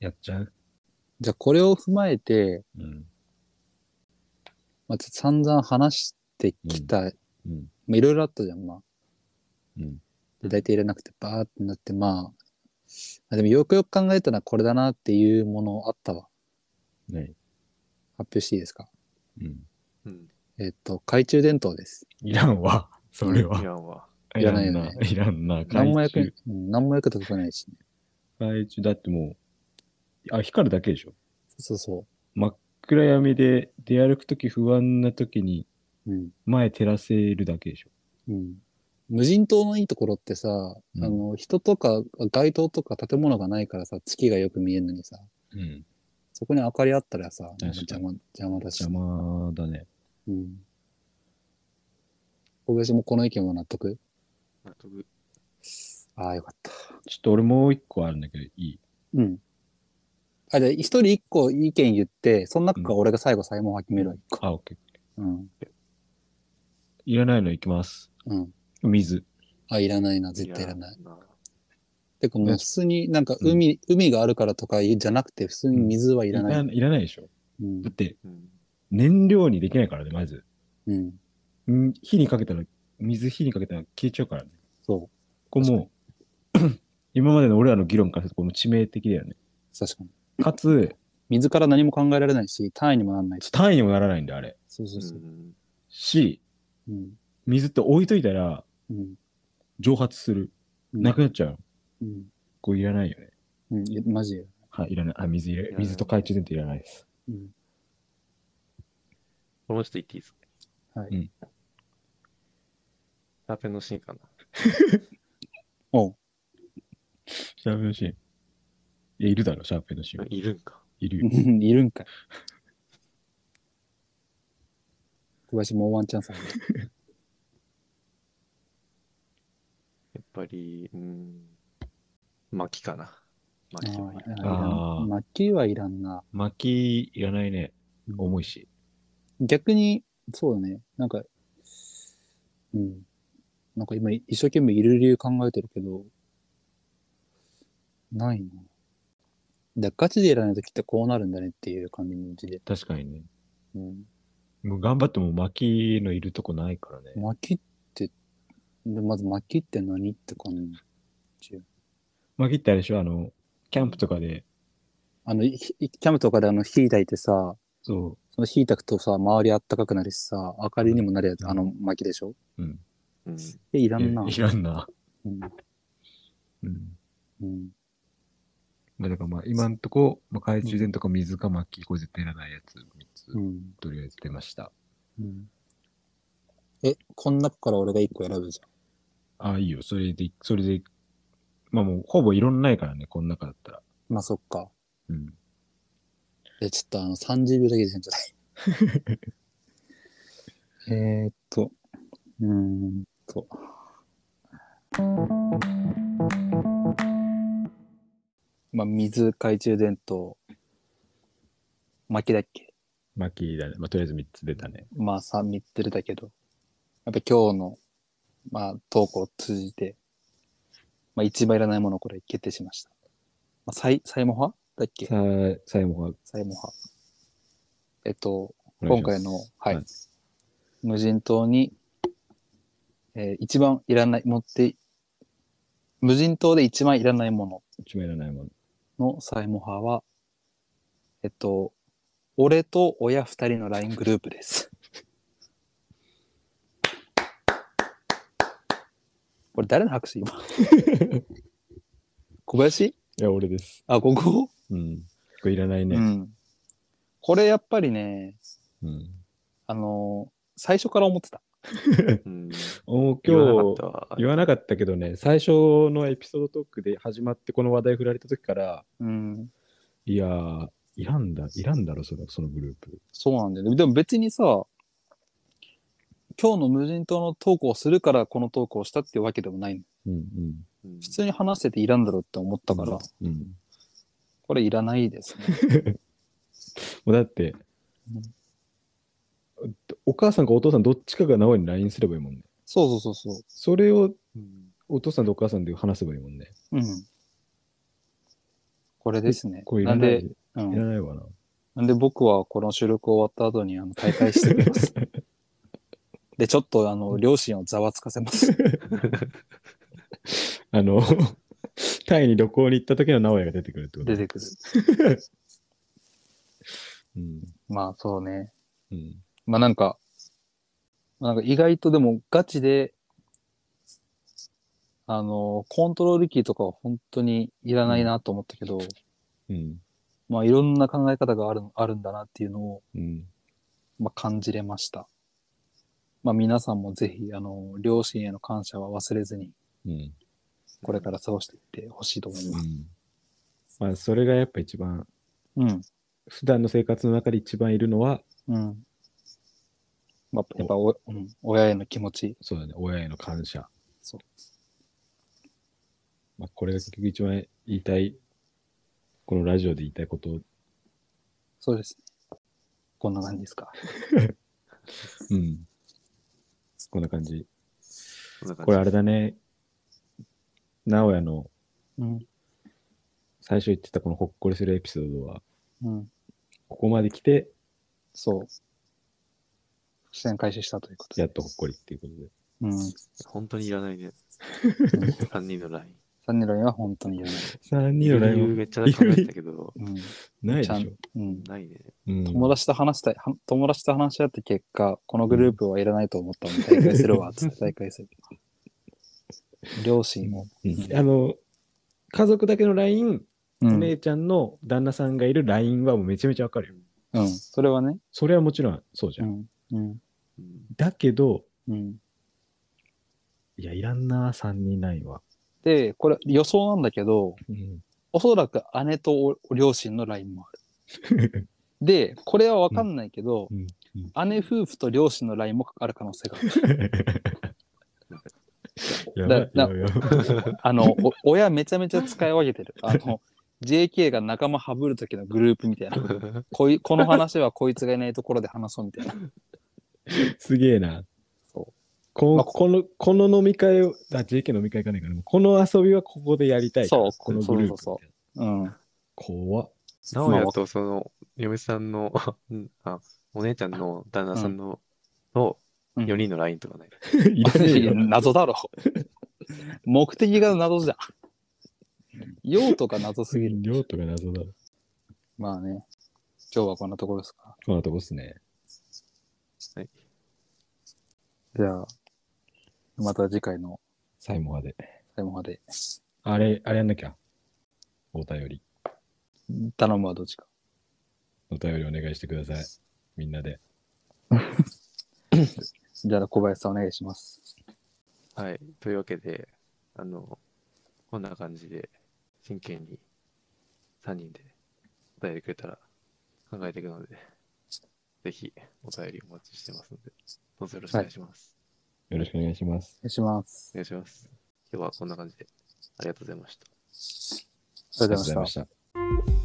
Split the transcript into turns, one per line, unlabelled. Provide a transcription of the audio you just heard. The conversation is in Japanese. じゃあ、
じゃあこれを踏まえて、
うん。
まあ、ちょっと散々話してきた、
うん。
まあ、いろいろあったじゃん、まあ。
うん。
で、大体入れなくて、バーってなって、まあ、まあ、でもよくよく考えたらこれだなっていうものあったわ。
ね。
発表していいですか
うん。
うん。
えっと、懐中電灯です。
いらんわ。 それ
い
は。
らんわ。
いらないよね
いらんな。いらんな。
何
懐
も役に
中、
うん何も役立たないし、ね。
懐中だってもう、あ、光るだけでしょ。
そうそ
暗闇で出歩くとき不安なときに
う。うん。
前照らせるだけでしょ。
うん。無人島のいいところってさ、
ん
あの、人とか街灯とか建物がないからさ、月がよく見えるのにさ、
うん。
そこに明かりあったらさ、なんか
確か
邪
に
魔、邪魔だし
邪。魔だね。
うん。小林もこの意見は納得
納得。
ああ、よかった。
ちょっと俺もう一個あるんだけど、いい。
うん。あ、じゃあ一人一個意見言って、その中から俺が最後最問を決めるわ、一個。
あ、オッケー。
うん。
いらないのいきます。
うん。
水。
あ、いらないな、絶対いらない。
な。
てかもう普通になんか
うん
海、海があるからとかじゃなくて、普通に水はい
い
らない。
いらないでしょ。
うん
だっ。て、
うん。
燃料にできないからね、まず。
うん。
ん火にかけたら、水火にかけたら消えちゃうからね。
そう。
これもう、 今までの俺らの議論からすると、この致命的だよね。
確かに。
かつ、
水から何も考えられないし、単位にもなんないし。
単位にもならないんだよ、あれ。
そうそうそう。
ん。
し、
うん。
水って置いといたら
うん。
蒸発する。
うん
なくなっちゃう。
うん。
こういらないよね。
うん。いやマジで。
はい、いらない。あ、水い
いら
れ、
ない
水と懐中電灯いらないです。
うん。
この人言っていいですか
はい
うん
ラペンのシーンかな。
おう。
シャーペンのシーン。いや、いるだろ、シャーペンのシーン。
いるんか。
いるよ。
いるんかい。小林もうワンチャンスある。
やっぱり、うん。巻きかな。巻きはいる。
あ
あ
あ。
ー
薪はいらんな。
薪いらないね。重いし。
逆に、そうだね。なんか、うん。なんか今、一生懸命いる理由考えてるけど、ないな。だガチでいらないときってこうなるんだねっていう感じで。
確かにね。
うん。
もう頑張っても薪のいるとこないからね。
薪って、でまず薪って何って感じ。
薪ってあれでしょあの、キャンプとかで、
あの、ひキャンプとかであの、火炊いてさ、
そ
その火炊くとさ、周りあったかくなるしさ、明かりにもなるやつ、あの、薪でしょ
う。うん。
うん。
え、いらんな。
いらんな。
うん。
うん。
うん。
まあだからまあ、今んとこ、まあ、懐中電灯か水か薪、これ絶対いらないやつ、3つ
う、ん。
とりあえず出ました。
うんえ、こん中から俺が一個選ぶじ
ああ、いいよ。それで、それで、まあもう、ほぼいろんないからね、この中だったら。
ゃん。まあそっか。
うん。
え、ちょっとあの30秒だけで選んじゃ ない。えーっと、うーんと。まあ水、懐中電灯、薪だっけ
薪だね。まあ、とりあえず3つ出たね。
まあ3、3つ出たけど、やっぱ今日の、まあ、投稿を通じて、まあ一番いらないものをこれ決定しました。まあ、サイ、サイモ派だっけ
さあ、最後は、
サイモ派。えっと、
お願い
今
します
回の、はい、
はい
無人島に、えー一番いらない、持って、無人島で一番いらないも
一番いらないもの。
ののサイモ派は、えっと、俺と親二人の LINE グループです。これ誰の拍手 今小林
いや、俺です。
あ、ここ、
うん。これいらないね。
う
うん。
ん。これやっぱりね、あのー最初から思ってた。
うん。
お
言わ
今日
なかったわ
言わなかったけどね、最初のエピソードトークで始まってこの話題振られた時から、
うん。
いやー、いらんだ、いらんだろ、そのそのグループ。
そうなんだよね。でも別にさ、今日の無人島のトークをするからこのトークをしたっていうわけでもないの。
うん
うん
普通に話してていらんだろうって思ったから、
うん。うん、
これいらないですね。
もうだって、お母さんかお父さんどっちかが直に LINE すればいいもんね。
そうそうそうそ
それを
うん
お父さんとお母さんで話せばいいもんね。
う。うん。これですね。
これい
な
ら
ん
ない、
で、
いうら
ん、
ないわな。
なんで僕はこの収録終わった後にあの大会して きます。で、ちょっとあの、両親をざわつか せます。
あの、タイに旅行に行った時の名古屋が出てくるってこと
出てくる。
うん。
まあそうね。
うん。
まあなんか、まあなんか意外とでもガチで、あの、コントロールキーとかは本当にいらないなと思ったけど、
うん。
まあいろんな考え方があるあるんだなっていうのを、
うん。
まあ、感じれました。まあ皆さんもぜひ、あの、両親への感謝は忘れずに、
うん。
これから過ごしていってほしいと思います。
まあ、それがやっぱ一番、
うん。
普段の生活の中で一番いるのは、
うん。まあ、やっぱお、うん、親への気持ち。
そうだね、親への感謝。
そう
まあ、これが結局一番言いたい、このラジオで言いたいこと、
そうです。こんな感じですか。
うん。こんな感じ。
こんな感じ
これあれだね、直哉の
うん。
最初言ってたこのほっこりするエピソードは、
うん。
ここまで来て、
そう。伏線開始したということで。
やっとほっこりっていうことで。
うん。
本当にいらないね。3人のライン。
サンニラインは本当にいらない。
3
理
人のライ
由
ブ
めっちゃ考えたけど、
ないで
ちゃん
しょ。
うん。
ないね。
うん
友達と話したい、は友達と話し合って結果、このグループはいらないと思ったので、大会するわ、つって大 会する。両親も。
うんあの、家族だけの LINE、
う
お
ん。
姉ちゃんの旦那さんがいる LINE はもうめちゃめちゃわかるよ。
うん。それはね。
それはもちろんそうじ
う
ゃん。
ん。うん。
うん
だけど、
うん。
いや、いらんな、3人ないわ。
で、これ予想なんだけど、
うん。
おそらく姉とおお両親の LINE もあ る。で、これはわかんないけど、
うん
姉夫婦と両親の LINE もある可能性がある。
やばい
だ
やばいやばい
あの、お親めちゃめちゃ使い分けてる。あ の、JK が仲間はぶる時のグループみたいな。こいこの話はこいつがいないところで話そう みたいな。
すげえな。
そう
こ
ま
の
あ
この、この飲み会を、あ、JK 飲み会行かないから、この遊びはここでやりたいから。
そう
このグループ。
そうそううん。
怖っ。
直哉とその、嫁さんの、 うんあ、お姉ちゃんの旦那さんの、の
うん
4人のラインとかね。
いらねえよ。
謎だろ。目的が謎じゃん。用途が謎すぎる。
量とか謎だろ。
まあね。今日はこんなところですか。
このとこっすね。
じゃあ、また次回の
サイモアで。
最後まで
あれ、あれやんなきゃ。お便り。
頼むはどっちか。
お便りお願いしてください。みんなで。
じゃあ小林さんお願いします。
はい。というわけで、あの、こんな感じで、真剣に3人でお便りくれたら考えていくので、ぜひお便りお待ちしてますので、どうぞよろしくお願いします。
よろしくお願いします。
お願いします
お。願いします。今日はこんな感じで、ありがとうございました。
ありがとうございました。
した。